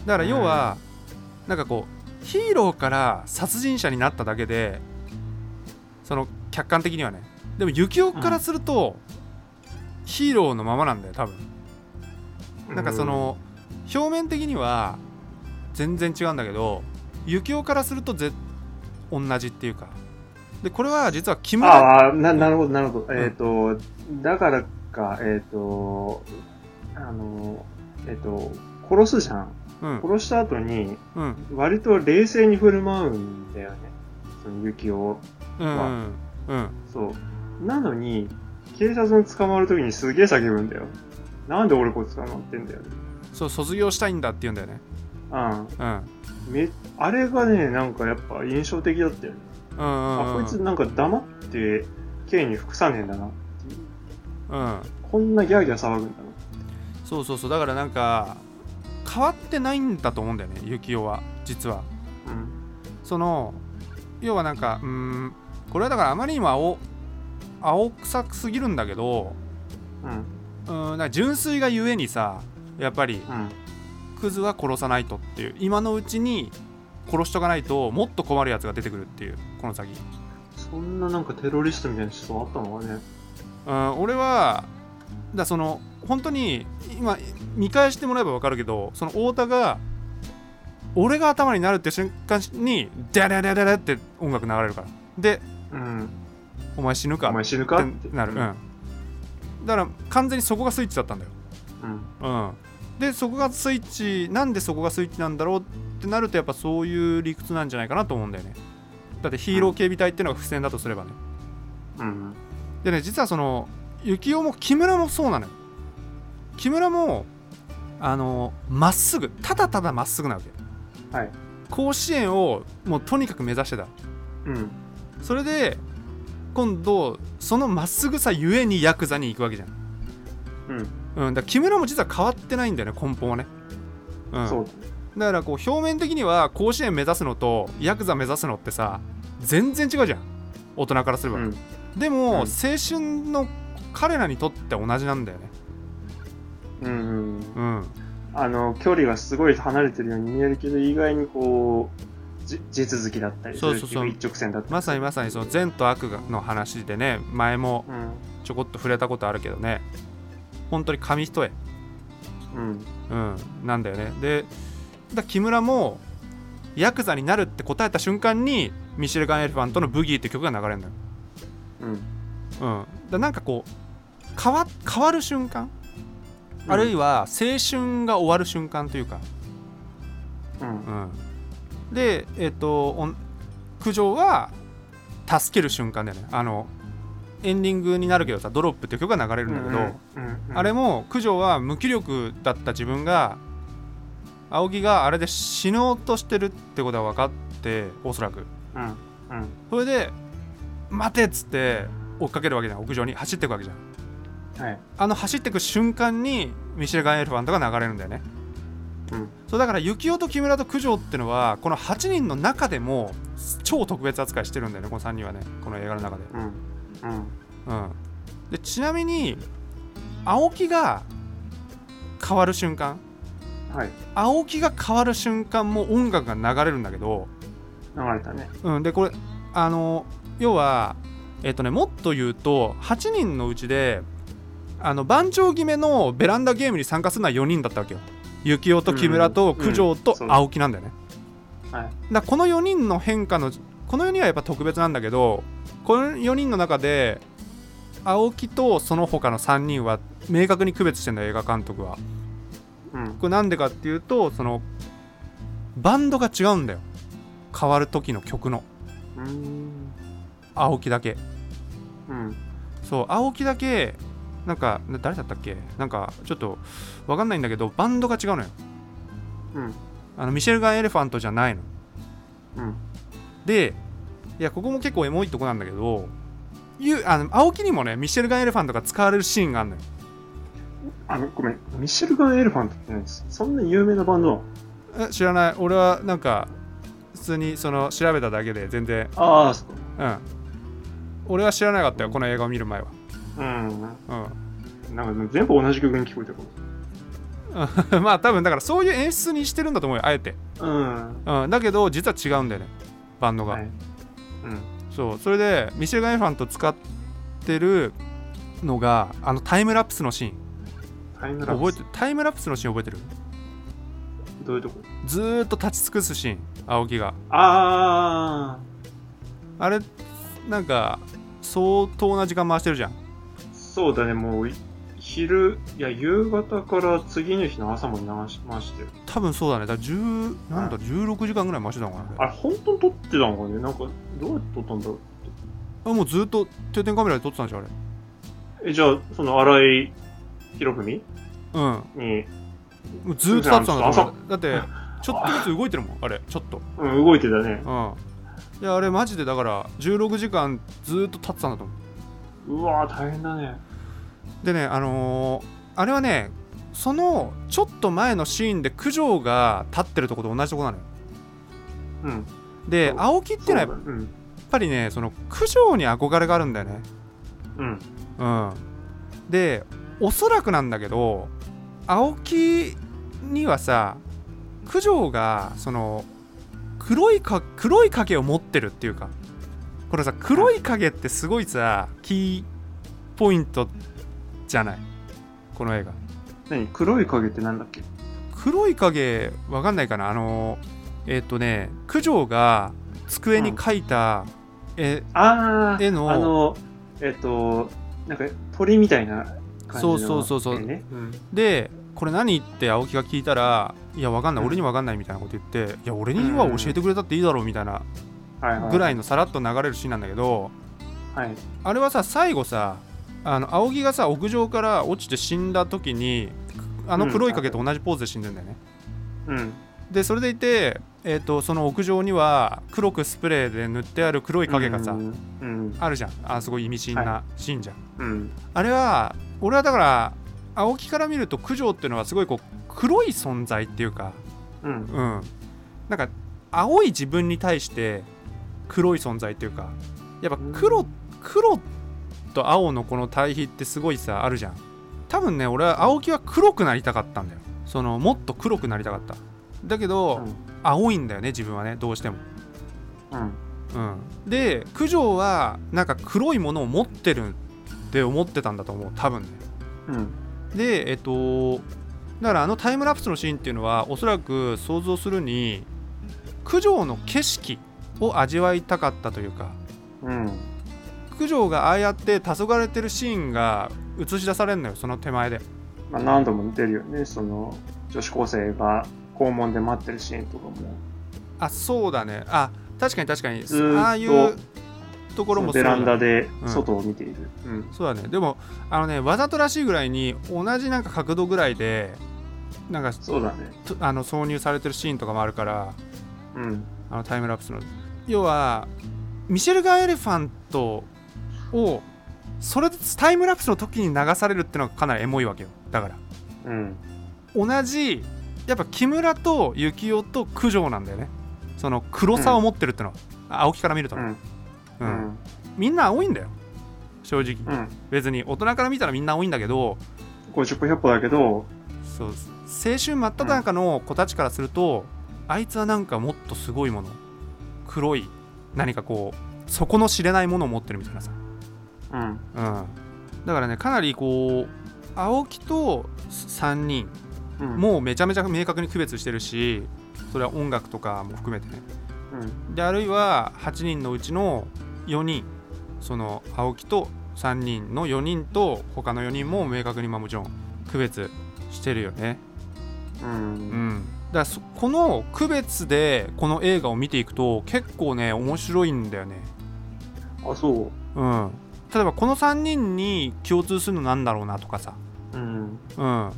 Speaker 1: だから要は、なんかこうヒーローから殺人者になっただけでその客観的にはねでも幸男からすると、ヒーローのままなんだよ多分なんかそ、の表面的には全然違うんだけど幸男からするとぜ同じっていうかでこれは実は木村
Speaker 2: ああ、な、なるほど、なるほど。えっ、と、だからか、えっ、と、あの、えっ、と、殺すじゃん。
Speaker 1: うん
Speaker 2: 殺した後に、
Speaker 1: うん
Speaker 2: 割と冷静に振る舞うんだよね。その雪を。
Speaker 1: うんうんうん
Speaker 2: そう。なのに、警察に捕まるときにすげえ叫ぶんだよ。なんで俺こいつ捕まってんだよ。
Speaker 1: そう卒業したいんだって言うんだよね
Speaker 2: う
Speaker 1: うん
Speaker 2: ん。め、あれがね、なんかやっぱ印象的だったよね。
Speaker 1: うんうんうん
Speaker 2: あ、こいつなんか黙って、刑に服さねえんだな。
Speaker 1: うん
Speaker 2: こんなギャーギャー騒ぐんだな。
Speaker 1: そうそうそうだからなんか変わってないんだと思うんだよね幸男は実は
Speaker 2: うん。
Speaker 1: その要はなんかうーんこれはだからあまりにも青青臭くすぎるんだけど
Speaker 2: うん。
Speaker 1: うーんなんか純粋がゆえにさやっぱり
Speaker 2: うん。
Speaker 1: クズは殺さないとっていう今のうちに殺しとかないともっと困るやつが出てくるっていうこの先
Speaker 2: そんななんかテロリストみたいな人あったのかね。
Speaker 1: うん俺はだその本当に今見返してもらえば分かるけどその太田が俺が頭になるって瞬間にダラダラダラって音楽流れるからで
Speaker 2: うん。
Speaker 1: お前死ぬか
Speaker 2: お
Speaker 1: っ
Speaker 2: 前死ぬかって
Speaker 1: なる、うん、だから完全にそこがスイッチだったんだよ、
Speaker 2: う
Speaker 1: う
Speaker 2: ん。
Speaker 1: ん、でそこがスイッチなんでそこがスイッチなんだろうってなるとやっぱそういう理屈なんじゃないかなと思うんだよねだってヒーロー警備隊っていうのが不戦だとすればね
Speaker 2: うん。
Speaker 1: でね実はその幸男も木村もそうなのよ木村もあのまっすぐただただまっすぐなわけ
Speaker 2: はい。
Speaker 1: 甲子園をもうとにかく目指してた
Speaker 2: うん。
Speaker 1: それで今度そのまっすぐさゆえにヤクザに行くわけじゃん、
Speaker 2: うん。
Speaker 1: うん、だから木村も実は変わってないんだよね根本はね、うん、
Speaker 2: そう
Speaker 1: だからこう表面的には甲子園目指すのとヤクザ目指すのってさ全然違うじゃん大人からすれ
Speaker 2: だ
Speaker 1: ば、
Speaker 2: ね。うん。
Speaker 1: でも、
Speaker 2: うん
Speaker 1: 青春の彼らにとって同じなんだよね
Speaker 2: うん。
Speaker 1: うん
Speaker 2: あの、距離がすごい離れてるように見えるけど、意外にこう、じ地続きだったり、
Speaker 1: そうそうそう
Speaker 2: 一直線だったり。
Speaker 1: まさにまさにその善と悪の話でね前も
Speaker 2: うん。
Speaker 1: ちょこっと触れたことあるけどね本当に紙一重、
Speaker 2: うん。
Speaker 1: うん、なんだよねでだ木村もヤクザになるって答えた瞬間にミシェルガン・エレファントの「ブギー」って曲が流れるんだよ、
Speaker 2: うん。
Speaker 1: うん、だなんかこう変わ変わる瞬間あるいは青春が終わる瞬間というか、
Speaker 2: うん。
Speaker 1: うん、でえっ、とおん苦情は助ける瞬間だよねあのエンディングになるけどさ「ドロップ」っていう曲が流れるんだけど、
Speaker 2: うん。
Speaker 1: あれも九条は無気力だった自分が青木があれで死のうとしてるってことが分かっておそらく
Speaker 2: うん。うん。
Speaker 1: それで「待て」っつって追っかけるわけじゃん屋上に走ってくわけじゃん
Speaker 2: はい。
Speaker 1: あの走ってく瞬間にミシェル・ガン・エルファントが流れるんだよね
Speaker 2: うん。
Speaker 1: そうだから幸男と木村と九条ってのはこの8人の中でも超特別扱いしてるんだよねこの3人はねこの映画の中で、
Speaker 2: うん。うん。
Speaker 1: うん、でちなみに青木が変わる瞬間
Speaker 2: はい。
Speaker 1: 青木が変わる瞬間も音楽が流れるんだけど、
Speaker 2: 流れたね。
Speaker 1: うん、でこれあの要はえっとねもっと言うと8人のうちであの番長決めのベランダゲームに参加するのは4人だったわけよ幸男と木村
Speaker 2: う
Speaker 1: と
Speaker 2: ん
Speaker 1: 九条と
Speaker 2: そう
Speaker 1: 青木なんだよね、
Speaker 2: はい。
Speaker 1: だからこの4人の変化のこの4人はやっぱ特別なんだけどこの4人の中で青木とその他の3人は明確に区別してんだよ映画監督は
Speaker 2: うん。
Speaker 1: これなんでかっていうとそのバンドが違うんだよ変わる時の曲の
Speaker 2: うん。
Speaker 1: 青木だけ
Speaker 2: うん。
Speaker 1: そう青木だけなんかな誰だったっけなんかちょっとわかんないんだけどバンドが違うのよ
Speaker 2: うん。
Speaker 1: あのミシェルガン・エレファントじゃないの
Speaker 2: うん。
Speaker 1: でいやここも結構エモいとこなんだけどゆあの青木にもねミシェルガン・エレファントが使われるシーンがあるのよ
Speaker 2: あの、ごめん。ミシェルガン・エレファントって何ですそんな有名なバンドなの
Speaker 1: え知らない俺はなんか普通にその調べただけで全然
Speaker 2: ああ、そう。
Speaker 1: うん俺は知らなかったよこの映画を見る前は
Speaker 2: うん。
Speaker 1: うん *laughs*
Speaker 2: なんか全部同じ曲に聞こえたかも。
Speaker 1: うんまあ多分だからそういう演出にしてるんだと思うよあえて、
Speaker 2: うん。
Speaker 1: うん、だけど実は違うんだよねバンドが、
Speaker 2: はい。うん。
Speaker 1: そうそれでミシェル・ガン・エレファント使ってるのがあのタイムラプスのシーン
Speaker 2: タイムラ
Speaker 1: 覚
Speaker 2: プ
Speaker 1: え
Speaker 2: ス
Speaker 1: てタイムラプスのシーン覚えてる
Speaker 2: どういうとこ
Speaker 1: ずーっと立ち尽くすシーン青木が
Speaker 2: あ
Speaker 1: あれなんか相当な時間回してるじゃん
Speaker 2: あ、そうだね、もう、昼、いや、夕方から次の日の朝も流しましてる。
Speaker 1: 多分そうだねだから10なんだ16時間ぐらい回してたのかな
Speaker 2: あれ、本当に撮ってたのかねなんか、どうやって撮ったんだろう
Speaker 1: あもうずーっと定点カメラで撮ってたんじゃんあれ
Speaker 2: え、じゃあ、その、荒井博文
Speaker 1: うん
Speaker 2: に、
Speaker 1: もうずーっと立ってたんだと思うだって
Speaker 2: 朝
Speaker 1: ちょっとずつ動いてるもんあれちょっと
Speaker 2: うん、動いてたね。
Speaker 1: うんいやあれマジでだから16時間ずーっと立ってたんだと思う
Speaker 2: うわー大変だね。
Speaker 1: でねあのーあれはねそのちょっと前のシーンで九条が立ってるとこと同じとこなのよ
Speaker 2: うん。
Speaker 1: で
Speaker 2: そう
Speaker 1: 青木ってのは
Speaker 2: そ
Speaker 1: やっ
Speaker 2: うだね
Speaker 1: ぱりねその九条に憧れがあるんだよね
Speaker 2: うん。うん。
Speaker 1: うんでおそらくなんだけど青木にはさ九条がその黒いか黒い影を持ってるっていうかこれさ黒い影ってすごいさキーポイントじゃないこの映画
Speaker 2: 何黒い影ってなんだっけ
Speaker 1: 黒い影わかんないかなあのえっ、とね九条が机に描いた、え
Speaker 2: あー、
Speaker 1: 絵の
Speaker 2: あの、えっと、なんか、鳥みたいな感じの、
Speaker 1: そうそうそうそう
Speaker 2: ね。うん。
Speaker 1: でこれ何って青木が聞いたらいやわかんない
Speaker 2: うん
Speaker 1: 俺にはわかんないみたいなこと言っていや俺には教えてくれたっていいだろうみたいな
Speaker 2: はいはい。
Speaker 1: ぐら
Speaker 2: い。
Speaker 1: いのさらっと流れるシーンなんだけど
Speaker 2: はい。
Speaker 1: あれはさ最後さあの青木がさ屋上から落ちて死んだ時にあの黒い影と同じポーズで死んでんだよね
Speaker 2: うん。
Speaker 1: でそれでいて、えー、とその屋上には黒くスプレーで塗ってある黒い影がさ、
Speaker 2: うんうん
Speaker 1: あるじゃんあすごい意味深
Speaker 2: は
Speaker 1: なシーンじゃん、
Speaker 2: うん
Speaker 1: あれは俺はだから青木から見ると九条っていうのはすごいこう黒い存在っていうか
Speaker 2: うん
Speaker 1: うんなんか青い自分に対して黒い存在っていうかやっぱ黒,、黒と青のこの対比ってすごいさあるじゃん多分ね俺は青木は黒くなりたかったんだよそのもっと黒くなりたかっただけど、青いんだよね自分はねどうしても
Speaker 2: うん
Speaker 1: うん、で九条はなんか黒いものを持ってるって思ってたんだと思う多分ね
Speaker 2: うん
Speaker 1: でえっとだからあのタイムラプスのシーンっていうのはおそらく想像するに九条の景色を味わいたかったというか
Speaker 2: うん
Speaker 1: 九条がああやって黄昏れてるシーンが映し出されるのよその手前で
Speaker 2: まあ何度も出るよねその女子高生が校門で待ってるシーンとかも
Speaker 1: あそうだねあ確かに確かに
Speaker 2: ずーっと
Speaker 1: ああいうところも
Speaker 2: ベ
Speaker 1: うだ
Speaker 2: ラ
Speaker 1: ね
Speaker 2: ンダで
Speaker 1: うん
Speaker 2: 外を見ているうん
Speaker 1: そうだねでもあのねわざとらしいぐらいに同じなんか角度ぐらいでなんか
Speaker 2: そうだね
Speaker 1: とあの挿入されてるシーンとかもあるから
Speaker 2: うん
Speaker 1: あのタイムラプスの要はミシェルガン・エレファントをそれでタイムラプスの時に流されるってのがかなりエモいわけよだから
Speaker 2: うん
Speaker 1: 同じやっぱ木村と幸男と九条なんだよねその黒さを持ってるってのは、あ青木から見ると
Speaker 2: う
Speaker 1: ね、
Speaker 2: んう
Speaker 1: うん
Speaker 2: ん
Speaker 1: みんな青いんだよ正直
Speaker 2: うん
Speaker 1: 別に大人から見たらみんな青いんだけど
Speaker 2: 50歩100歩だけど
Speaker 1: そう青春真っ只中の子たちからすると、あいつはなんかもっとすごいもの黒い何かこう底の知れないものを持ってるみたいなさ、
Speaker 2: うん
Speaker 1: うん、だからねかなりこう青木と3人
Speaker 2: うん
Speaker 1: もうめちゃめちゃ明確に区別してるしそれは音楽とかも含めてね
Speaker 2: うん
Speaker 1: であるいは8人のうちの4人その青木と3人の4人と他の4人も明確にまあもちろん区別してるよね
Speaker 2: う
Speaker 1: うんん、だからそこの区別でこの映画を見ていくと結構ね面白いんだよね、
Speaker 2: あそ
Speaker 1: うん、例えばこの3人に共通するのなんだろうなとかさ
Speaker 2: ううん
Speaker 1: うん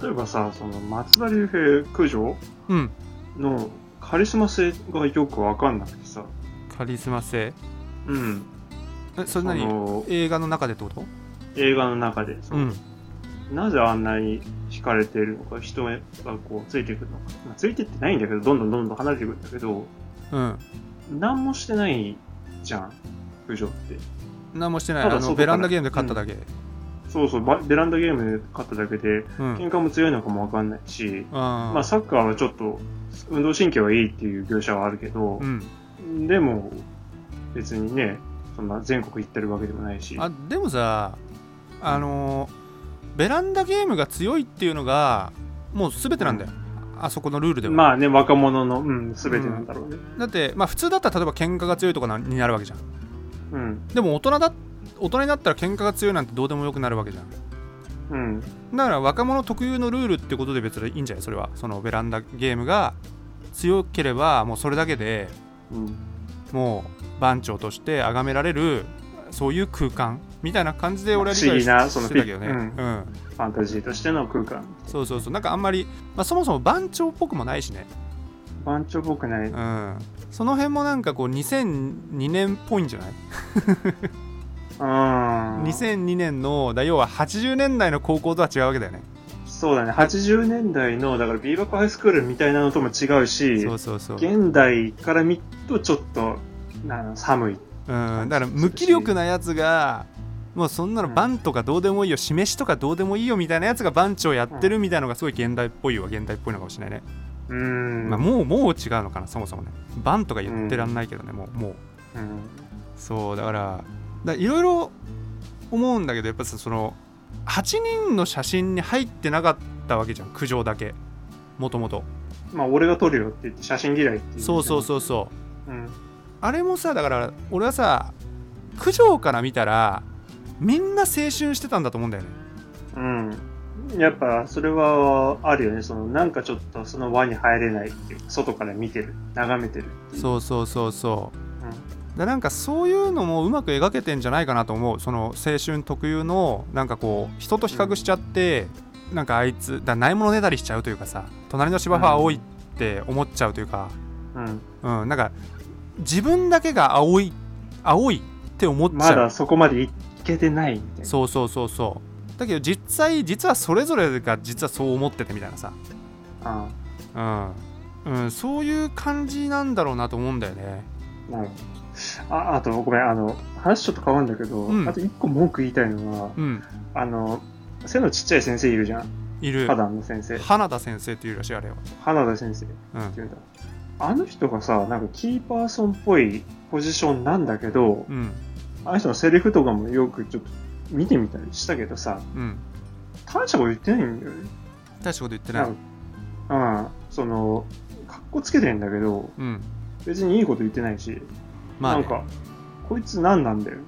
Speaker 2: 例えばさその松田龍平九条
Speaker 1: うん
Speaker 2: のカリスマ性がよくわかんなくてさ。
Speaker 1: カリスマ性
Speaker 2: うん。
Speaker 1: えそれ
Speaker 2: そ
Speaker 1: 何
Speaker 2: の
Speaker 1: 映画の中でってこと
Speaker 2: 映画の中で、その
Speaker 1: うん
Speaker 2: なぜあんなに惹かれてるのか、人がこうついてくるのか。まあついてってないんだけど、どんどんどんどん離れていくんだけど、
Speaker 1: うん
Speaker 2: 何もしてないじゃん、駆除って。
Speaker 1: 何もしてない
Speaker 2: ただ
Speaker 1: あの
Speaker 2: 外
Speaker 1: ベラン
Speaker 2: か
Speaker 1: ダ
Speaker 2: ら
Speaker 1: ゲームで勝っただけ
Speaker 2: そうそう、ばベランダゲームで勝っただけで、
Speaker 1: うん、
Speaker 2: 喧嘩も強いのかもわかんないし、
Speaker 1: あー
Speaker 2: まあサッカーはちょっと、運動神経はいいっていう描写はあるけど
Speaker 1: う、ん
Speaker 2: でも、別にね、そんな全国行ってるわけでもないし。
Speaker 1: あでもさあのーベランダゲームが強いっていうのがもう全てなんだよ、あそこのルールでは、
Speaker 2: まあね、若者の、うん、すべてなんだろうね。
Speaker 1: だって、まあ、普通だったら例えば喧嘩が強いとかなになるわけじゃん
Speaker 2: うん、
Speaker 1: でも大人だ大人になったら喧嘩が強いなんてどうでもよくなるわけじゃん
Speaker 2: うん、
Speaker 1: だから若者特有のルールってことで別にいいんじゃないそれはそのベランダゲームが強ければもうそれだけで
Speaker 2: うん、
Speaker 1: もう番長として崇められるそういう空間みたいな感じで俺は理
Speaker 2: 不思
Speaker 1: 解し
Speaker 2: 議なその
Speaker 1: してたけどね、
Speaker 2: う
Speaker 1: うんん
Speaker 2: ファンタジーとしての空間。
Speaker 1: そうそうそうなんかあんまり、まあ、そもそも番長っぽくもないしね、
Speaker 2: 番長っぽくない。
Speaker 1: うん、その辺もなんかこう2002年っぽいんじゃない
Speaker 2: うん。
Speaker 1: 2002年のだ要は80年代の高校とは違うわけだよね
Speaker 2: そうだね、80年代の、だからビーバックハイスクールみたいなのとも違うし、
Speaker 1: そうそうそう、うん、
Speaker 2: 現代から見るとちょっと、あの寒い。
Speaker 1: だから無気力なやつがもうそんなの番とかどうでもいいよ示しとかどうでもいいよみたいなやつが番長やってるみたいなのがすごい現代っぽいは現代っぽいのかもしれないね、
Speaker 2: うん。
Speaker 1: まあ、もうもう違うのかなそもそもね番とか言ってらんないけどね、もうもう
Speaker 2: うん、
Speaker 1: そうだからだいろいろ思うんだけどやっぱさその8人の写真に入ってなかったわけじゃん苦情だけもともと
Speaker 2: まあ、俺が撮るよって言って、写真嫌いって言。
Speaker 1: そうそうそううそう
Speaker 2: うん。
Speaker 1: あれもさだから俺はさ苦情から見たらみんな青春してたんだと思うんだよね
Speaker 2: うん。やっぱ、それは、あるよね。その、なんかちょっと、その輪に入れないっていうか、外から見てる、眺めてるっていう。
Speaker 1: そうそうそうそうだなんかそういうのもうまく描けてんじゃないかなと思うその青春特有のなんかこう人と比較しちゃって、なんかあいつだないものねだりしちゃうというかさ隣の芝生は青いって思っちゃうというか、
Speaker 2: うん。うん。
Speaker 1: うん、なんか自分だけが青い青いって思っちゃう、
Speaker 2: まだそこまでいけてないみたいな。
Speaker 1: そうそうそうそうだけど実際実はそれぞれが実はそう思っててみたいなさ、
Speaker 2: あ
Speaker 1: うんうん、そういう感じなんだろうなと思うんだよね
Speaker 2: あうん。あ、あと、ごめん、あの、話ちょっと変わるんだけど、
Speaker 1: うん
Speaker 2: あと一個文句言いたいのは、
Speaker 1: うん
Speaker 2: あの、背のちっちゃい先生いるじゃん。
Speaker 1: いる
Speaker 2: 花壇の先生。
Speaker 1: 花田先生っていうらしいあれは、
Speaker 2: 花田先生って
Speaker 1: うん
Speaker 2: 言うんだ。あの人がさ、なんかキーパーソンっぽいポジションなんだけど、
Speaker 1: うん
Speaker 2: あの人のセリフとかもよくちょっと見てみたりしたけどさ、
Speaker 1: うん、
Speaker 2: 大したこと言ってないんだよね。
Speaker 1: 大したこと言ってない、
Speaker 2: なんか、うん、その、かっこつけてんだけど、
Speaker 1: うん、
Speaker 2: 別にいいこと言ってないし、
Speaker 1: まあ、ね、
Speaker 2: なんか、こいつ何なんだよ。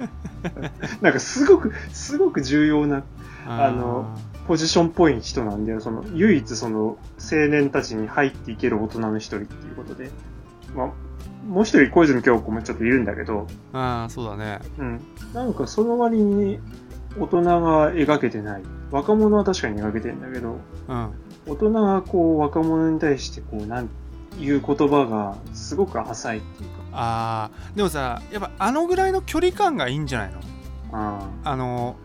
Speaker 2: *laughs* なんかすごく、すごく重要な
Speaker 1: ー
Speaker 2: あのポジションっぽい人なんだよ。その、唯一その、青年たちに入っていける大人の一人っていうことで。まあ、もう一人小泉京子もちょっといるんだけど、
Speaker 1: あーそうだね
Speaker 2: うん。なんかその割に、大人が描けてない。若者は確かに描けてんだけど、
Speaker 1: うん
Speaker 2: 大人がこう、若者に対してこう、なん、いう言葉がすごく浅いっていうか。
Speaker 1: あーでもさやっぱあのぐらいの距離感がいいんじゃないの
Speaker 2: ああ。
Speaker 1: あの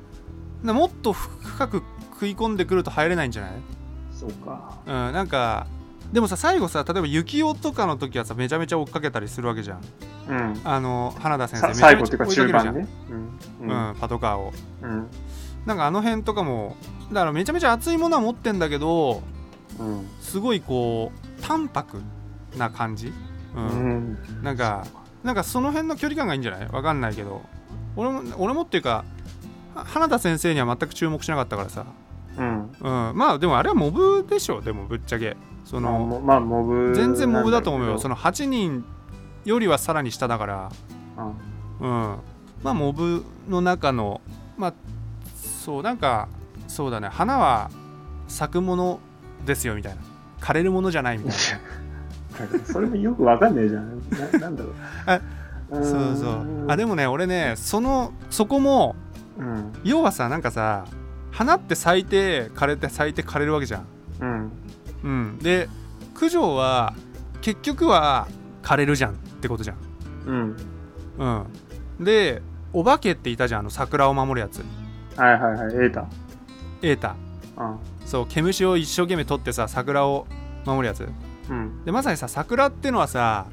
Speaker 1: なもっと深く食い込んでくると入れないんじゃない、う
Speaker 2: そうか。
Speaker 1: ん、なんかでもさ最後さ例えば雪男とかの時はさめちゃめちゃ追っかけたりするわけじゃん
Speaker 2: うん。
Speaker 1: あの花田先生
Speaker 2: さ
Speaker 1: めちゃ
Speaker 2: 最
Speaker 1: め
Speaker 2: 後
Speaker 1: ち
Speaker 2: っていう
Speaker 1: ゃ
Speaker 2: か
Speaker 1: 追いか
Speaker 2: 中
Speaker 1: けるじゃ
Speaker 2: 盤
Speaker 1: ん、
Speaker 2: ね。うん。うん。
Speaker 1: うん、パトカーを
Speaker 2: うん。
Speaker 1: なんかあの辺とかもだからめちゃめちゃ熱いものは持ってんだけど
Speaker 2: うん。
Speaker 1: すごいこう淡白な感じ、う
Speaker 2: うんん。
Speaker 1: なんかなんかその辺の距離感がいいんじゃないわかんないけど俺も俺もっていうかは花田先生には全く注目しなかったからさ
Speaker 2: うん。
Speaker 1: うん、まあでもあれはモブでしょでもぶっちゃけそ
Speaker 2: まあ
Speaker 1: の
Speaker 2: もまあ、モブ
Speaker 1: 全然モブだと思うよそ
Speaker 2: の、
Speaker 1: の8人よりはさらに下だから
Speaker 2: う
Speaker 1: う
Speaker 2: ん
Speaker 1: んまあモブの中のまあそうなんかそうだね花は咲くものですよみたいな枯れるものじゃないみたい
Speaker 2: *laughs* それもよくわかんないじゃん。ななんだろう。
Speaker 1: *laughs* あな
Speaker 2: うん
Speaker 1: そうそうあでもね俺ねそのそこも
Speaker 2: うん。
Speaker 1: 要はさなんかさ花って咲いて枯れて咲いて枯れるわけじゃん
Speaker 2: うん。
Speaker 1: うん、で九条は結局は枯れるじゃんってことじゃん
Speaker 2: うん。
Speaker 1: うんでお化けっていたじゃんあの桜を守るやつ
Speaker 2: はいはいはい、エータ。
Speaker 1: エータ
Speaker 2: あ
Speaker 1: そう毛虫を一生懸命取ってさ桜を守るやつ
Speaker 2: うん。
Speaker 1: でまさにさ桜ってのはさ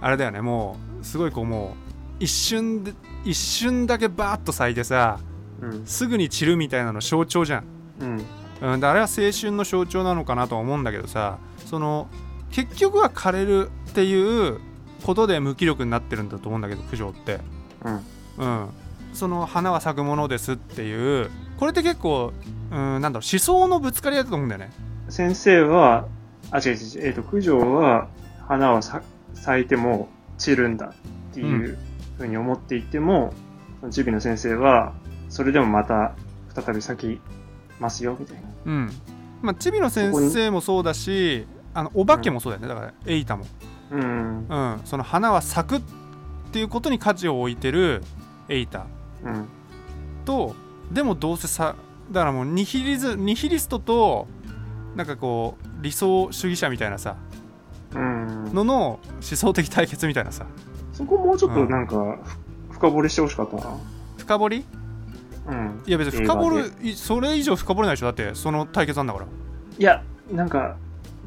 Speaker 1: あれだよねもうすごいこうもう一瞬で一瞬だけバーッと咲いてさ
Speaker 2: うん。
Speaker 1: すぐに散るみたいなの象徴じゃん、
Speaker 2: うん。
Speaker 1: うん、であれは青春の象徴なのかなとは思うんだけどさその結局は枯れるっていうことで無気力になってるんだと思うんだけど九条って
Speaker 2: うん。
Speaker 1: うんその花は咲くものですっていうこれって結構うんなんだろう思想のぶつかり合いだと思うんだよね
Speaker 2: 先生は、あ、違う違う違う、えっ、と、九条は、花はさ咲いても散るんだっていうふうに思っていても、そのジュビの先生は、それでもまた再び咲きますよ、みたいな。
Speaker 1: うんまあちびの先生もそうだしあのお化けもそうだよねだからエイタも、
Speaker 2: うん。
Speaker 1: うん、その花は咲くっていうことに価値を置いてるエイタ
Speaker 2: うん。
Speaker 1: とでもどうせさだからもうニヒリズニヒリストとなんかこう理想主義者みたいなさ
Speaker 2: うん。
Speaker 1: のの思想的対決みたいなさ
Speaker 2: そこもうちょっとなんか、ふ深掘りしてほしかったな。
Speaker 1: 深掘り
Speaker 2: うん。
Speaker 1: いや別に深掘るいそれ以上深掘れないでしょだってその対決なんだから
Speaker 2: いや、なんか、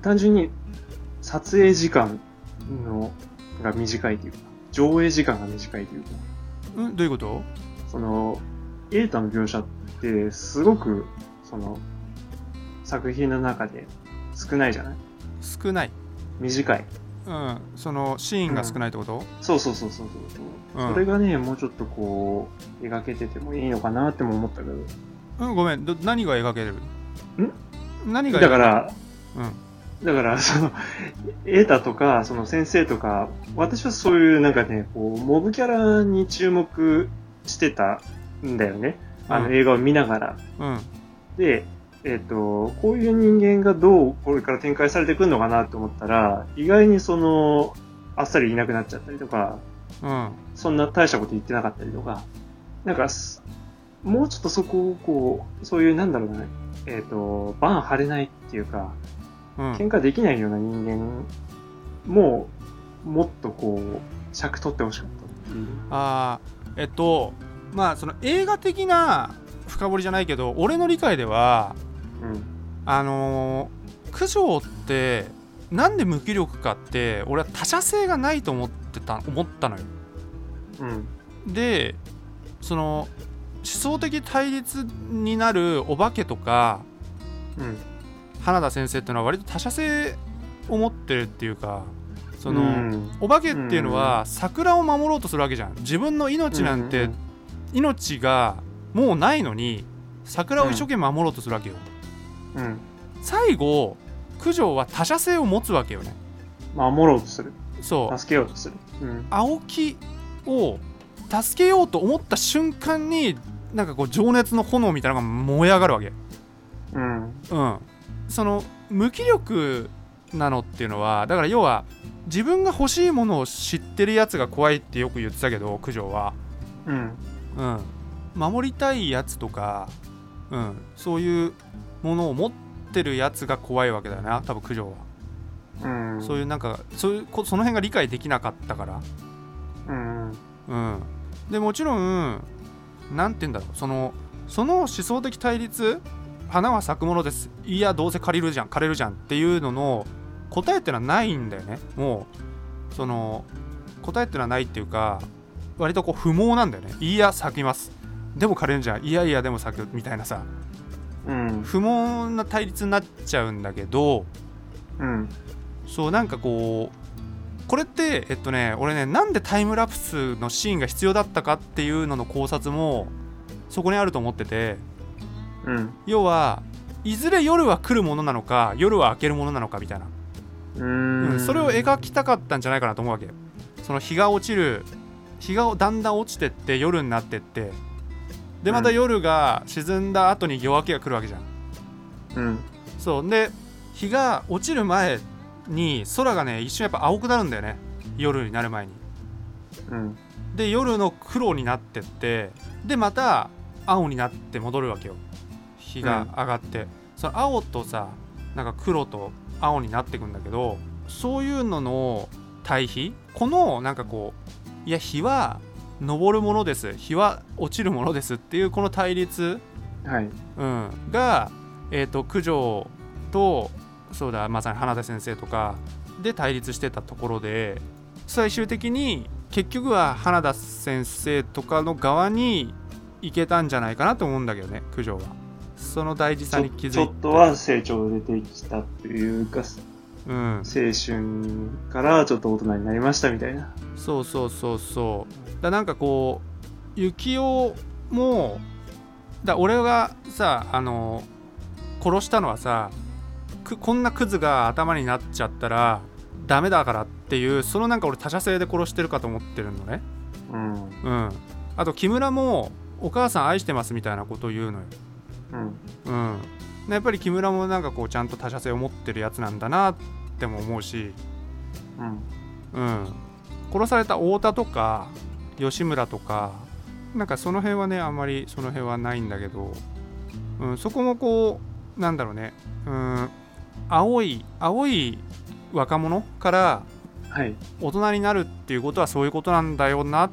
Speaker 2: 単純に、撮影時間の、が短いというか、上映時間が短いというか、
Speaker 1: うんどういうこと
Speaker 2: その、エータの描写って、すごく、その、作品の中で少ないじゃない
Speaker 1: 少ない
Speaker 2: 短い。
Speaker 1: うんそのシーンが少ないってこと、
Speaker 2: そうそうそうそうそう。
Speaker 1: うん
Speaker 2: それがね、もうちょっとこう、描けててもいいのかなっても思ったけど。
Speaker 1: うん、ごめんど何が描ける何が描け
Speaker 2: だ
Speaker 1: る
Speaker 2: から、
Speaker 1: うん
Speaker 2: だから、その、エータとか、その先生とか、私はそういうなんかね、こう、モブキャラに注目してたんだよね。あ
Speaker 1: う
Speaker 2: の
Speaker 1: ん
Speaker 2: 映画を見ながら。
Speaker 1: うん
Speaker 2: で、えっ、と、こういう人間がどうこれから展開されてくるのかなと思ったら、意外にその、あっさりいなくなっちゃったりとか、
Speaker 1: うん
Speaker 2: そんな大したこと言ってなかったりとか、なんかす、もうちょっとそこをこう、そういうなんだろうな、えっ、と、バン張れないっていうか、
Speaker 1: うん
Speaker 2: 喧嘩できないような人間ももっとこう尺取ってほしかったっていう
Speaker 1: あーえっとまあその映画的な深掘りじゃないけど俺の理解では
Speaker 2: うん
Speaker 1: あのー九条ってなんで無気力かって俺は他者性がないと思ってた思ったのよ
Speaker 2: うん
Speaker 1: でその思想的対立になるお化けとか
Speaker 2: うん
Speaker 1: 花田先生っていうのは割と他者性を持ってるっていうかその、
Speaker 2: うん
Speaker 1: お化けっていうのは桜を守ろうとするわけじゃん自分の命なんて、命がもうないのに桜を一生懸命守ろうとするわけよ、
Speaker 2: うんうん
Speaker 1: 最後九条は他者性を持つわけよね
Speaker 2: 守ろうとする
Speaker 1: そう
Speaker 2: 助けようとするうん
Speaker 1: 青木を助けようと思った瞬間になんかこう情熱の炎みたいなのが燃え上がるわけ
Speaker 2: うん
Speaker 1: うん、その無気力なのっていうのはだから要は自分が欲しいものを知ってるやつが怖いってよく言ってたけど九条は、
Speaker 2: うん
Speaker 1: うん、守りたいやつとか、うん、そういうものを持ってるやつが怖いわけだよな多分九条は、
Speaker 2: うん
Speaker 1: そういうなんかそういうこその辺が理解できなかったから、
Speaker 2: うん
Speaker 1: うん、でもちろんなんて言うんだろうそのその思想的対立花は咲くものですいやどうせ借りるじゃん枯れるじゃんっていうのの答えってのはないんだよねもうその答えってのはないっていうか割とこう不毛なんだよねいや咲きますでも枯れるじゃんいやいやでも咲くみたいなさ
Speaker 2: うん
Speaker 1: 不毛な対立になっちゃうんだけど
Speaker 2: うん
Speaker 1: そうなんかこうこれってえっとね俺ねなんでタイムラプスのシーンが必要だったかっていうのの考察もそこにあると思ってて
Speaker 2: うん
Speaker 1: 要はいずれ夜は来るものなのか夜は明けるものなのかみたいな、
Speaker 2: うん
Speaker 1: うんそれを描きたかったんじゃないかなと思うわけその日が落ちる日がだんだん落ちてって夜になってってでまた
Speaker 2: うん
Speaker 1: 夜が沈んだ後に夜明けが来るわけじゃん
Speaker 2: うん
Speaker 1: そうで日が落ちる前に空がね一瞬やっぱ青くなるんだよね夜になる前に
Speaker 2: うん
Speaker 1: で夜の黒になってってでまた青になって戻るわけよ日が上がって、その青とさなんか黒と青になっていくんだけどそういうのの対比このなんかこういや日は昇るものです日は落ちるものですっていうこの対立、
Speaker 2: はい。
Speaker 1: うん、が、えー、と九条とそうだまさに花田先生とかで対立してたところで最終的に結局は花田先生とかの側に行けたんじゃないかなと思うんだけどね九条は。その大事
Speaker 2: ち
Speaker 1: さに
Speaker 2: ょ
Speaker 1: 気づいて
Speaker 2: ちょっとは成長出てきたというか、
Speaker 1: うん、
Speaker 2: 青春からちょっと大人になりましたみたいな。
Speaker 1: そうそうそうそうだなんかこう幸男もだ俺がさあの殺したのはさくこんなクズが頭になっちゃったらダメだからっていうそのなんか俺他者性で殺してるかと思ってるのね
Speaker 2: うん。うん。
Speaker 1: うんあと木村もお母さん愛してますみたいなことを言うのようんでやっぱり木村もなんかこうちゃんと他者性を持ってるやつなんだなっても思うし
Speaker 2: うん。
Speaker 1: うん、殺された太田とか吉村とかなんかその辺はねあんまりその辺はないんだけど、うん、そこもこうなんだろうね、うん、青い青い若者から
Speaker 2: はい。
Speaker 1: 大人になるっていうことはそういうことなんだよな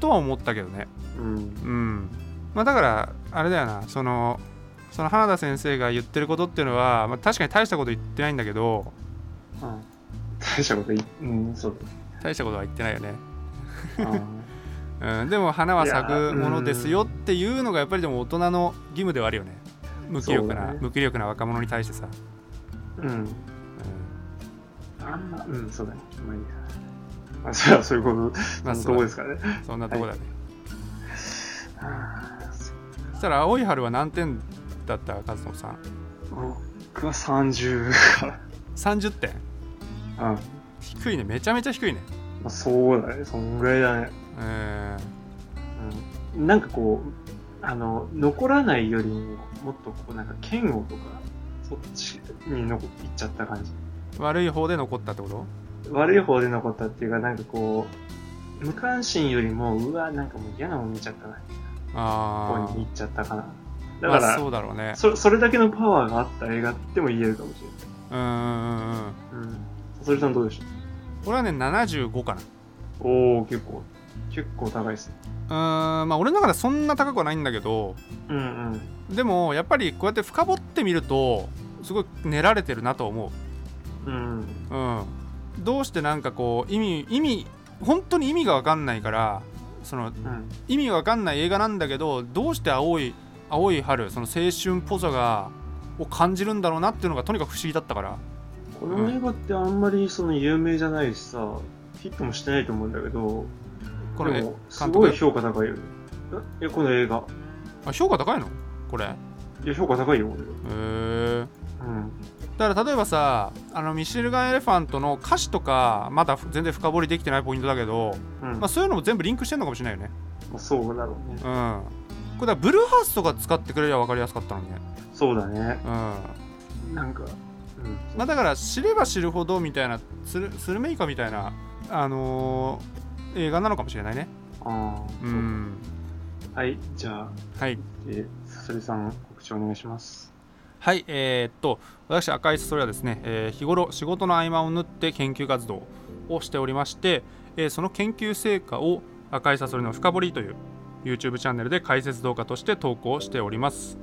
Speaker 1: とは思ったけどね、
Speaker 2: うん。
Speaker 1: うんまあ、だからあれだよなそのその花田先生が言ってることっていうのは、まあ、確かに大したこと言ってないんだけど
Speaker 2: うん大したことい、うん、そう
Speaker 1: 大したことは言ってないよね
Speaker 2: だ。あー
Speaker 1: うん、でも花は咲
Speaker 2: いや
Speaker 1: く
Speaker 2: ー
Speaker 1: ものですよっていうのがやっぱりでも大人の義務ではあるよね無気力
Speaker 2: そう
Speaker 1: な、
Speaker 2: だね
Speaker 1: 無気力な若者に対してさ、
Speaker 2: うん。
Speaker 1: う
Speaker 2: あんま、うん、そうだね。まあいいや。まあ、それはそういうこと、
Speaker 1: ん、
Speaker 2: ま
Speaker 1: ま
Speaker 2: あ、
Speaker 1: あ
Speaker 2: そ
Speaker 1: そ
Speaker 2: こ
Speaker 1: う
Speaker 2: ですからね。
Speaker 1: そんなとこだね、
Speaker 2: あーそ
Speaker 1: そしたら青い春は何点だった和野さん
Speaker 2: 僕は30か
Speaker 1: 30点
Speaker 2: ら。うん。ま
Speaker 1: 低いねめちゃめちゃ低いね
Speaker 2: あ、そうだね。そんぐらいだね。
Speaker 1: うん
Speaker 2: うん。なんかこう、あの、残らないよりも、もっとこう、なんか、嫌悪とか、そっちにのこ行っちゃった感じ。
Speaker 1: 悪い方で残ったってこと
Speaker 2: 悪い方で残ったっていうか、なんかこう、無関心よりも、うわ、なんかもう嫌なもん見ちゃったな、
Speaker 1: あ
Speaker 2: 方に行っちゃったかな。
Speaker 1: あ
Speaker 2: だから、
Speaker 1: まあ、そうだろうね
Speaker 2: そそれだけのパワーがあった映画っても言えるかもし
Speaker 1: うんうんうんうん
Speaker 2: れない。うん。それさんどうでし
Speaker 1: 俺はね75かな
Speaker 2: たおお結構、結構高いですね。
Speaker 1: うんまあ俺の中ではそんな高くはないんだけど
Speaker 2: うんうん。
Speaker 1: でもやっぱりこうやって深掘ってみるとすごい練られてるなと思う
Speaker 2: うん。
Speaker 1: うん、どうしてなんかこう意味意味本当に意味が分かんないからその
Speaker 2: うん。
Speaker 1: 意味が分かんない映画なんだけどどうして青い青い春その青春っぽさがを感じるんだろうなっていうのがとにかく不思議だったから
Speaker 2: この映画ってあんまりその有名じゃないしさ、ヒットもしてないと思うんだけど、
Speaker 1: この
Speaker 2: で
Speaker 1: え
Speaker 2: も、す
Speaker 1: 監
Speaker 2: ご
Speaker 1: 督
Speaker 2: い評価高いよね。え、えこの映画。
Speaker 1: あ評価高いのこれへ
Speaker 2: いや、評価高いよ、俺。
Speaker 1: え
Speaker 2: うん。
Speaker 1: だから例えばさあのミシェルガン・エレファントの歌詞とかまだ全然深掘りできてないポイントだけど、
Speaker 2: うん。
Speaker 1: まあ、そういうのも全部リンクしてんのかもしれないよね
Speaker 2: まあそうだろうね
Speaker 1: う。んこれだからブルーハースとか使ってくれれば分かりやすかったのにね
Speaker 2: そうだね。
Speaker 1: うん
Speaker 2: なんか、
Speaker 1: まあ、だから知れば知るほどみたいなスルスルメイカみたいな、あのー映画なのかもしれないね。
Speaker 2: うん。あ
Speaker 1: う
Speaker 2: あ、そうんはい、じゃあ、
Speaker 1: はい、
Speaker 2: えー、さそりさん、告知お願いします。
Speaker 1: はい、えーっと私赤井それはですね、えー日頃仕事の合間を縫って研究活動をしておりまして、えーその研究成果を赤いサソリの深掘りという YouTube チャンネルで解説動画として投稿しております。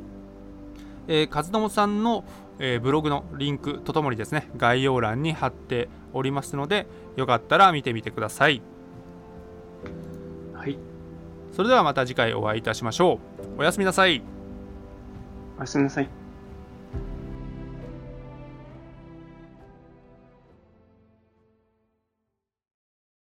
Speaker 1: えー、和友さんの、えーブログのリンクとともにですね概要欄に貼っておりますのでよかったら見てみてください。
Speaker 2: はい、
Speaker 1: それではまた次回お会いいたしましょう。おやすみなさい。
Speaker 2: おやすみなさい。